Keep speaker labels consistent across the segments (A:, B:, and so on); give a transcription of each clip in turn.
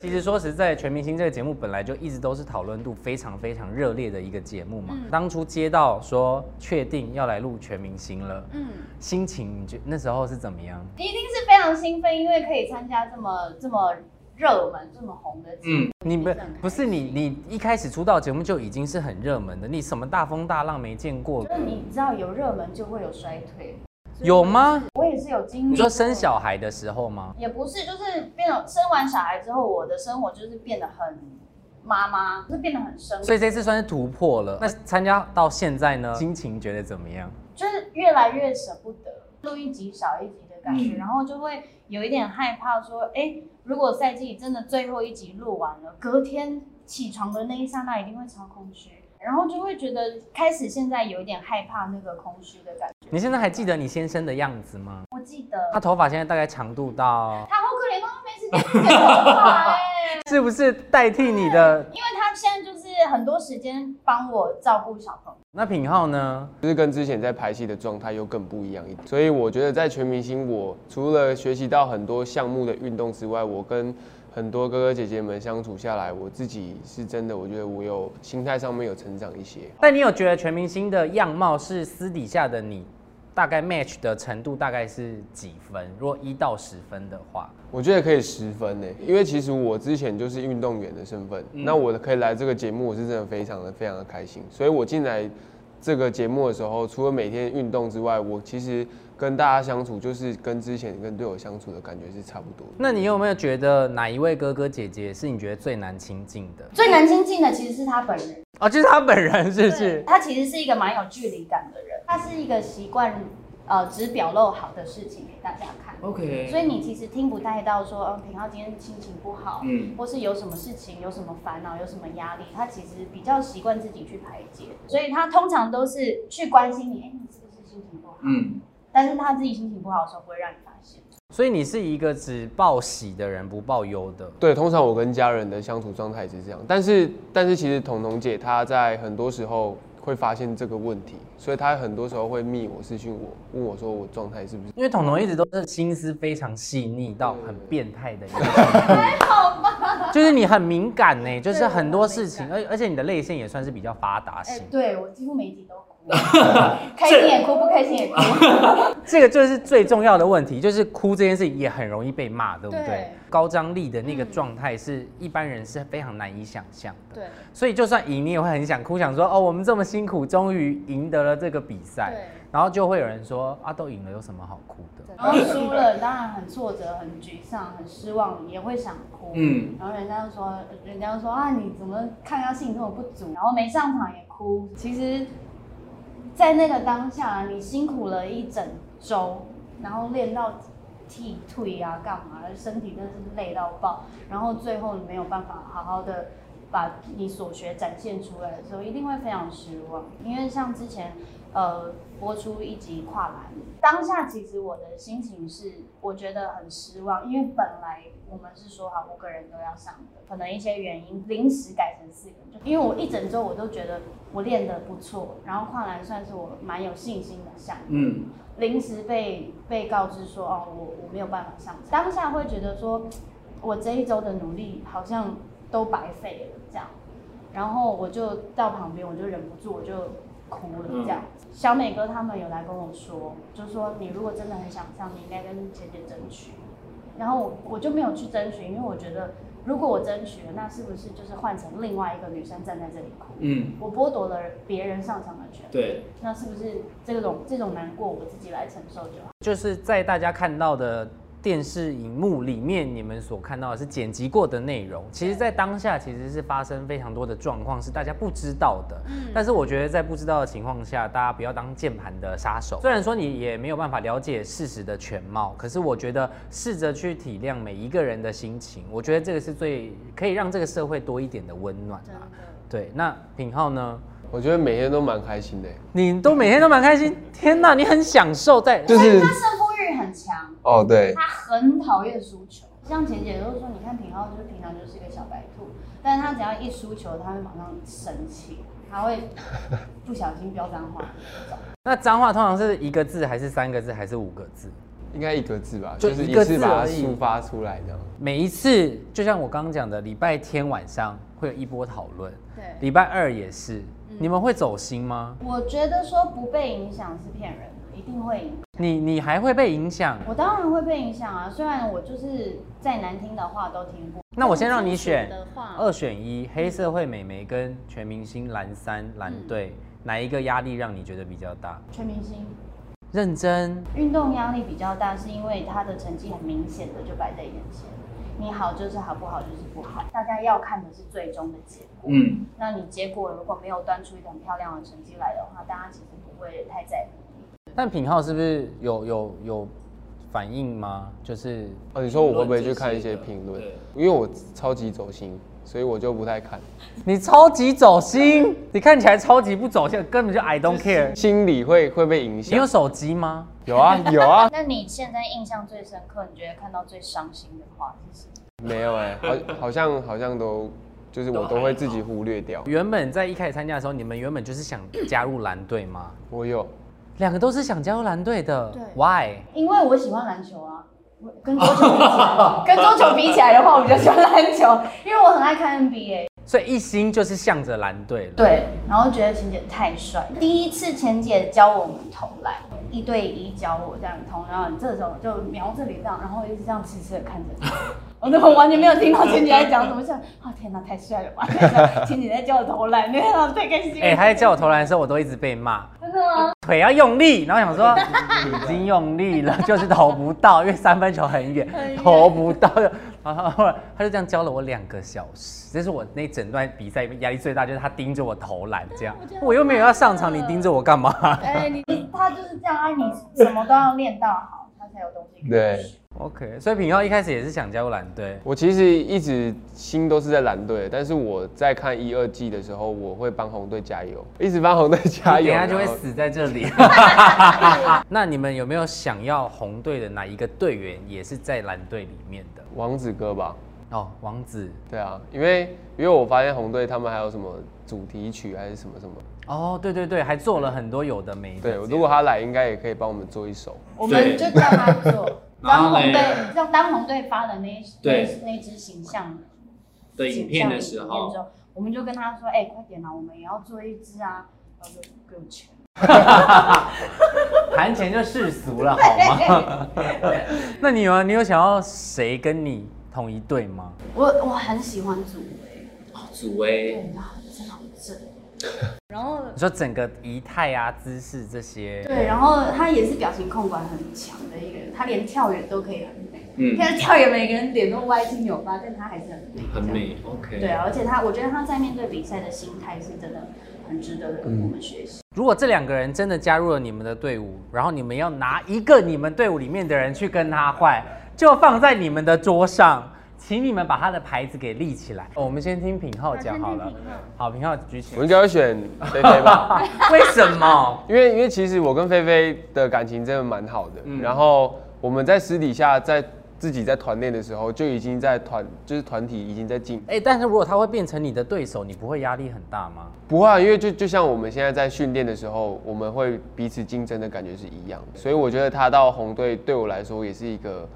A: 其实说实在，《全明星》这个节目本来就一直都是讨论度非常非常热烈的一个节目嘛。当初接到说确定要来录《全明星》了，
B: 嗯，
A: 心情你觉那时候是怎么样？
B: 一定是非常兴奋，因为可以参加这么这么热门、这么红的节目。
A: 你不
B: 很开心
A: 不是你，你一开始出道节目就已经是很热门的，你什么大风大浪没见过？
B: 就是你知道有热门就会有衰退，
A: 有吗？
B: 我也是有经历。
A: 你说生小孩的时候吗？
B: 也不是，就是变得生完小孩之后，我的生活就是变得很妈妈，就是变得很生活，
A: 所以这次算是突破了。那参加到现在呢，心情觉得怎么样？
B: 就是越来越舍不得录一集少一集的感觉，然后就会有一点害怕说，哎、如果赛季真的最后一集录完了，隔天起床的那一刹那一定会超空虚，然后就会觉得开始现在有一点害怕那个空虚的感觉。
A: 你现在还记得你先生的样子吗？
B: 我记得
A: 他头发现在大概长度到，
B: 他好可怜，他都没时间去剪头发哎。
A: 是不是代替你的？
B: 因为他现在就是很多时间帮我照顾小朋友。
A: 那品浩呢？
C: 就是跟之前在拍戏的状态又更不一样一点。所以我觉得在全明星，我除了学习到很多项目的运动之外，我跟很多哥哥姐姐们相处下来，我自己是真的，我觉得我有心态上面有成长一些。
A: 但你有觉得全明星的样貌是私底下的你，大概 match 的程度大概是几分？如果一到十分的话，
C: 我觉得可以十分呢，因为其实我之前就是运动员的身份，
A: 嗯
C: 那我可以来这个节目，我是真的非常的非常的开心。所以我进来这个节目的时候，除了每天运动之外，我其实跟大家相处，就是跟之前跟队友相处的感觉是差不多的。
A: 那你有没有觉得哪一位哥哥姐姐是你觉得最难亲近的？
B: 最难亲近的其实是他本人，
A: 哦，就是他本人，是不
B: 对
A: 是？
B: 他其实是一个蛮有距离感的人，他是一个习惯呃只表露好的事情给大家看。
A: OK
B: 所以你其实听不太到说，嗯，平浩今天心情不好，
A: 嗯
B: 或是有什么事情、有什么烦恼、有什么压力，他其实比较习惯自己去排解，所以他通常都是去关心你，哎、你是不是心情不好？
A: 嗯，
B: 但是他自己心情不好的时候不会让你发现。
A: 所以你是一个只报喜的人，不报忧的。
C: 对，通常我跟家人的相处状态也是这样，但是但是其实彤彤姐她在很多时候会发现这个问题，所以她很多时候会密我、私讯我，问我说我状态是不是
A: 因为彤彤一直都是心思非常细腻到很变态的一个人，就是你很敏感呢、就是很多事情，而而且你的泪腺也算是比较发达
B: 哎、
A: 型，
B: 对我几乎每一集都 哭，开心也哭，不开心也哭。
A: 这个就是最重要的问题，就是哭这件事情也很容易被骂，对不对？
B: 对
A: 高张力的那个状态是一般人是非常难以想象的，
B: 对
A: 所以就算赢你也会很想哭，想说哦，我们这么辛苦，终于赢得了这个比赛，
B: 对，
A: 然后就会有人说啊，都赢了有什么好哭的？
B: 然后输了，当然很挫折、很沮丧、很失望，也会想哭。
A: 嗯
B: 嗯，然后人家就说，人家就说啊，你怎么抗压性这么不足？然后没上场也哭。其实，在那个当下，你辛苦了一整周，然后练到剃退啊，干嘛的，身体真的是累到爆。然后最后你没有办法好好的。把你所学展现出来的时候，一定会非常失望，因为像之前呃播出一集跨栏，当下其实我的心情是我觉得很失望，因为本来我们是说好五个人都要上的，可能一些原因临时改成四个人，就因为我一整周我都觉得我练得不错，然后跨栏算是我蛮有信心的项目，
A: 嗯，
B: 临时被被告知说哦我我没有办法上场，当下会觉得说我这一周的努力好像都白费了这样，然后我就到旁边，我就忍不住我就哭了这样。小美哥他们有来跟我说，就说你如果真的很想上，你应该跟姐姐争取。然后我我就没有去争取，因为我觉得如果我争取了，那是不是就是换成另外一个女生站在这里哭？
D: 嗯，
B: 我剥夺了别人上场的权利，
D: 对，
B: 那是不是这种这种难过我自己来承受就好？
A: 就是在大家看到的电视荧幕里面，你们所看到的是剪辑过的内容。其实，在当下其实是发生非常多的状况，是大家不知道的。但是我觉得在不知道的情况下，大家不要当键盘的杀手。虽然说你也没有办法了解事实的全貌，可是我觉得试着去体谅每一个人的心情，我觉得这个是最可以让这个社会多一点的温暖
B: 真的
A: 啊。对，那品浩呢？
C: 我觉得每天都蛮开心的，欸
A: 你都每天都蛮开心，天哪，你很享受在
C: 就是
B: 他胜负欲很强。
C: 哦对，
B: 他很讨厌输球，像姐姐都说，你看平浩就是平常就是一个小白兔，但是他只要一输球，他会马上生气，他 会不小心飙脏话。
A: 那脏话通常是一个字，还是三个字，还是五个字？
C: 应该一个字吧，
A: 就
C: 就是
A: 一
C: 一
A: 个
C: 次
A: 字
C: 把它
A: 而已
C: 抒发出来这样。
A: 每一次，就像我刚刚讲的，礼拜天晚上会有一波讨论，
B: 对，
A: 礼拜二也是。
B: 嗯
A: 你们会走心吗？
B: 我觉得说不被影响是骗人的，一定会影响。
A: 你你还会被影响？
B: 我当然会被影响啊，虽然我就是再难听的话都听不。
A: 那我先让你选
B: 但是自主的话，
A: 二选一，黑社会美眉跟全明星蓝三
B: 嗯
A: 蓝队，哪一个压力让你觉得比较大？
B: 全明星
A: 认真，
B: 运动压力比较大，是因为他的成绩很明显的就摆在眼前，你好就是好，不好就是不好。大家要看的是最终的结果。
A: 嗯，
B: 那你结果如果没有端出一个很漂亮的成绩来的话，大家其实不会太在乎。，
A: 但品浩是不是有有有反应吗？就是
C: 哦，你说我会不会去看一些评论
A: 对？
C: 因为我超级走心，所以我就不太看。
A: 你超级走心，你看起来超级不走心，根本就 I don't care。
C: 心理会会被影
A: 你有
C: 响。
A: 手机吗？
C: 有啊有啊
B: 那你现在印象最深刻，你觉得看到最伤心的话是什么？
C: 没有哎、好好像好像都就是我都会自己忽略掉。
A: 原本在一开始参加的时候，你们原本就是想加入蓝队吗？
C: 我有，
A: 两个都是想加入蓝队的
B: 对
A: ，Why？
B: 因为我喜欢篮球啊，我跟桌球比起来，跟桌球比起来的话，我比较喜欢篮球，因为我很爱看 NBA。
A: 所以一心就是向着蓝队了。
B: 对，然后觉得钱姐太帅。第一次钱姐教我们投篮，一对一教我这样投，然后你这种就瞄这里这样，然后一直这样痴痴的看着你。我都完全没有听到钱姐在讲什么，想啊天哪，太帅了吧！钱姐在教我投篮， 天哪，太开心了。
A: 哎、他在叫我投篮的时候，我都一直被骂，
B: 真的吗？
A: 腿要用力，然后想说 已经用力了，就是投不到，因为三分球很
B: 很
A: 远，
B: 远
A: 投不到。然后后来他就这样教了我两个小时，这是我那整段比赛里面压力最大，就是他盯着我投篮这样
B: 我觉得，
A: 我又没有要上场，你盯着我干嘛
B: 哎，你他就是这样啊，你什么都要练到好，他才有东西可以
C: 对
B: 学
A: ？OK，所以品浩一开始也是想加入蓝队，
C: 我其实一直心都是在蓝队，但是我在看一二季的时候，我会帮红队加油，一直帮红队加
A: 你
C: 油，
A: 等一下就会
C: 然后
A: 死在这 里。那你们有没有想要红队的哪一个队员也是在蓝队里面的？
C: 王子哥吧，
A: 哦，王子
C: 对啊，因为因为我发现红队他们还有什么主题曲还是什么什么，
A: 哦，对对对，还做了很多有的没的。
C: 对，如果他来应该也可以帮我们做一首。
B: 我们就叫他做
D: 然
B: 当
D: 后
B: 红
D: 嘞
B: 队，让当红队发的那一
D: 对
B: 那那只形象
D: 的影片的时
B: 形象影片
D: 候
B: 之，后，我们就跟他说：“哎、快点啦、我们也要做一只啊！”然后就给我钱。
A: 谈钱就世俗了，好吗？ 那你有啊？你有想要谁跟你同一队吗？
B: 我我很喜欢组委，
D: 哦祖威，
B: 对啊，真好正。然后
A: 你说整个仪态啊、姿势这些，
B: 对，然后他也是表情控管很强的一个人，他连跳远都可以很美。
D: 嗯，
B: 他跳远每个人脸都歪七扭八，但他还是很美。
D: 很
B: 这样
D: 美，OK，
B: 对，啊而且他，我觉得他在面对比赛的心态是真的很值得我们学习。
A: 如果这两个人真的加入了你们的队伍，然后你们要拿一个你们队伍里面的人去跟他换，就放在你们的桌上，请你们把他的牌子给立起来。哦我们先听品浩讲好了。好，品浩举起
C: 我。应该会选菲菲吧，
A: 为什么？
C: 因为因为其实我跟菲菲的感情真的蛮好的，
D: 嗯
C: 然后我们在私底下在自己在团练的时候就已经在团就是团体已经在进，
A: 哎、但是如果他会变成你的对手，你不会压力很大吗？
C: 不会、啊，因为就就像我们现在在训练的时候，我们会彼此竞争的感觉是一样的，所以我觉得他到红队对我来说也是一个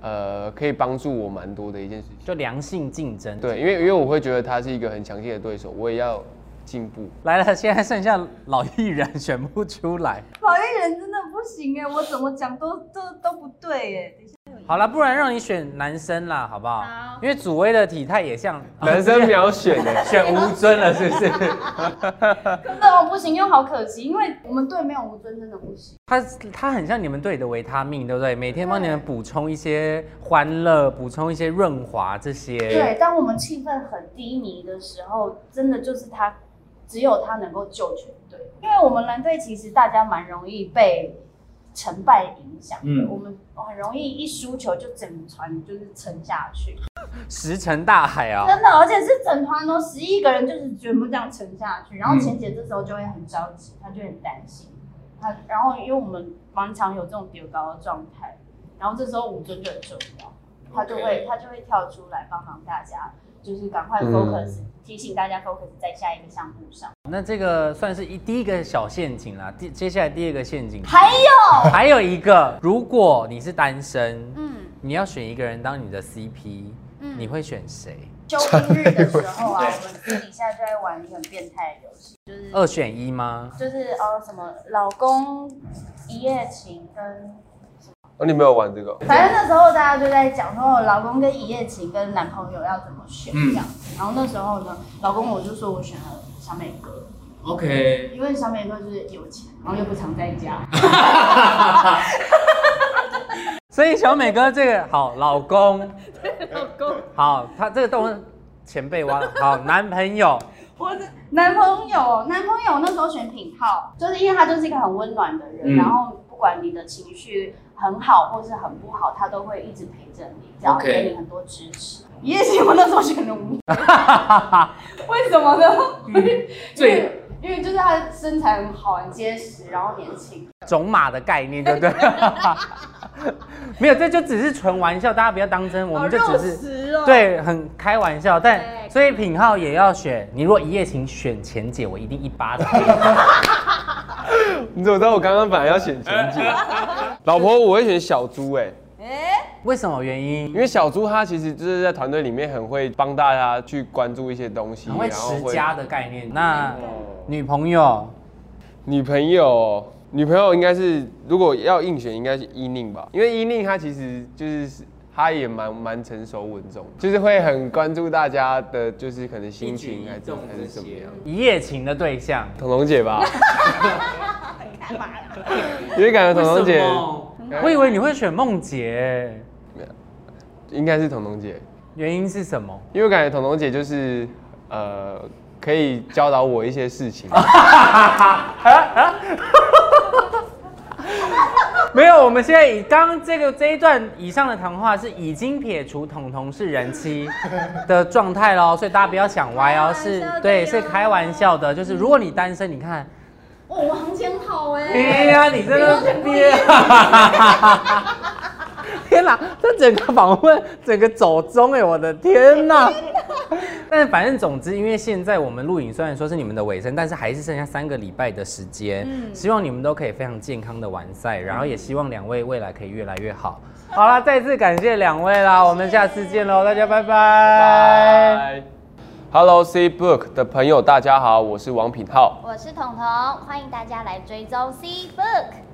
C: 呃可以帮助我蛮多的一件事情，
A: 就良性竞争。
C: 对，因为因为我会觉得他是一个很强劲的对手，我也要进步。
A: 来了，现在剩下老艺人选不出来。
B: 老艺人真的不行哎，我怎么讲都都都不对哎。等一下
A: 好了，不然让你选男生啦，好不好？
B: 好
A: 因为祖威的体态也像啊
C: 男生秒选的、
A: 选吴尊了，是不是？
B: 可是我不行又好可惜，因为我们队没有吴尊真的不行。
A: 他他很像你们队里的维他命，对不对？每天帮你们补充一些欢乐，补充一些润滑这些。
B: 对，当我们气氛很低迷的时候，真的就是他，只有他能够救全队。因为我们蓝队其实大家蛮容易被成败影响的，
D: 嗯
B: 我们很容易一输球就整船就是沉下去。
A: 石沉大海啊、
B: 真的，而且是整团哦，十一个人就是全部这样沉下去。然后钱姐这时候就会很着急，她就很担心。她然后因为我们蛮常有这种丢高的状态，然后这时候吴尊就很重要，他就会
D: OK
B: 他就会跳出来帮忙大家，就是赶快
C: 嗯
B: focus，、提醒大家 focus 在下一个项目上。
A: 那这个算是一第一个小陷阱啦，第接下来第二个陷阱
B: 还有，
A: 还有一个，如果你是单身，
B: 嗯，
A: 你要选一个人当你的 CP，、
B: 嗯
A: 你会选谁？
B: 休兵日的时候啊，我们私底下就在玩一个很变态的游戏，就是
A: 二选一吗？
B: 就是哦什么老公一夜情跟，
C: 哦，你没有玩这个？
B: 反正那时候大家就在讲说老公跟一夜情跟男朋友要怎么选
D: 嗯
B: 这样子。然后那时候呢，老公我就说我选了小美哥，
D: OK，
B: 因为小美哥就是有钱，然后又不常在 家。
A: 所以小美哥这 个好老公，
B: 老公，
A: 好他这个动前辈挖好男朋友，
B: 我的男朋友，男朋友那时候选品号，就是因为他就是一个很温暖的人，
D: 嗯
B: 然后不管你的情绪很好或是很不好，他都会一直陪着你，然后
D: OK
B: 给你很多支持。一夜情我那时候选了 吴，为什么呢？
D: 嗯
B: 因
D: 最
B: 为 因为就是他身材很好，很结实，然后年轻。
A: 种马的概念， 对不对？没有，这就只是纯玩笑，大家不要当真，我们就
B: 好肉
A: 只是。
B: 食哦，
A: 对，很开玩笑，但
B: 对
A: 所以品号也要选。你如果一夜情选钱姐，我一定一巴掌。
C: 你怎么知道我刚刚本来要选前 姐？老婆，我会选小猪哎、
B: 哎，
A: 为什么原因
C: 因？为小猪他其实就是在团队里面很会帮大家去关注一些东西，
A: 很会
C: 然后
A: 持
C: 会
A: 家的概念。那女朋友
C: 女朋友，女朋友应该是如果要硬选，应该是 E 伊宁吧，因为伊宁她其实就是她也蛮蛮成熟稳重，就是会很关注大家的，就是可能心情啊还
D: 一举
C: 是
D: 一动
C: 还是怎么样。
A: 一夜情的对象，
C: 彤彤姐吧，
B: 你干嘛啦？
C: 因为感觉彤啊彤姐
D: 为什么
B: 嗯
A: 我以为你会选梦洁，
C: 应该是彤彤姐，
A: 原因是什么？
C: 因为我感觉彤彤姐就是呃可以教导我一些事情。
A: 没有，我们现在以刚刚这个这一段以上的谈话是已经撇除彤彤是人 妻的状态喽，所以大家不要想歪哦，
B: 开玩
A: 是
B: 笑的
A: 对，
B: 哟
A: 是开玩笑的，就是如果你单身，你看，
B: 哦，我行情好
A: 哎
B: 哎，
A: 呀，你在那边，天哪，这整个访问整个走中哎，我的天哪！哎 但反正总之，因为现在我们录影虽然说是你们的尾声，但是还是剩下三个礼拜的时间，
B: 嗯
A: 希望你们都可以非常健康的完赛，然后也希望两位未来可以越来越好。好啦，再次感谢两位啦，我们下次见喽，大家拜拜。
C: 拜。Hello C Book 的朋友，大家好，我是王品浩。
E: 我是彤彤，欢迎大家来追踪 C Book。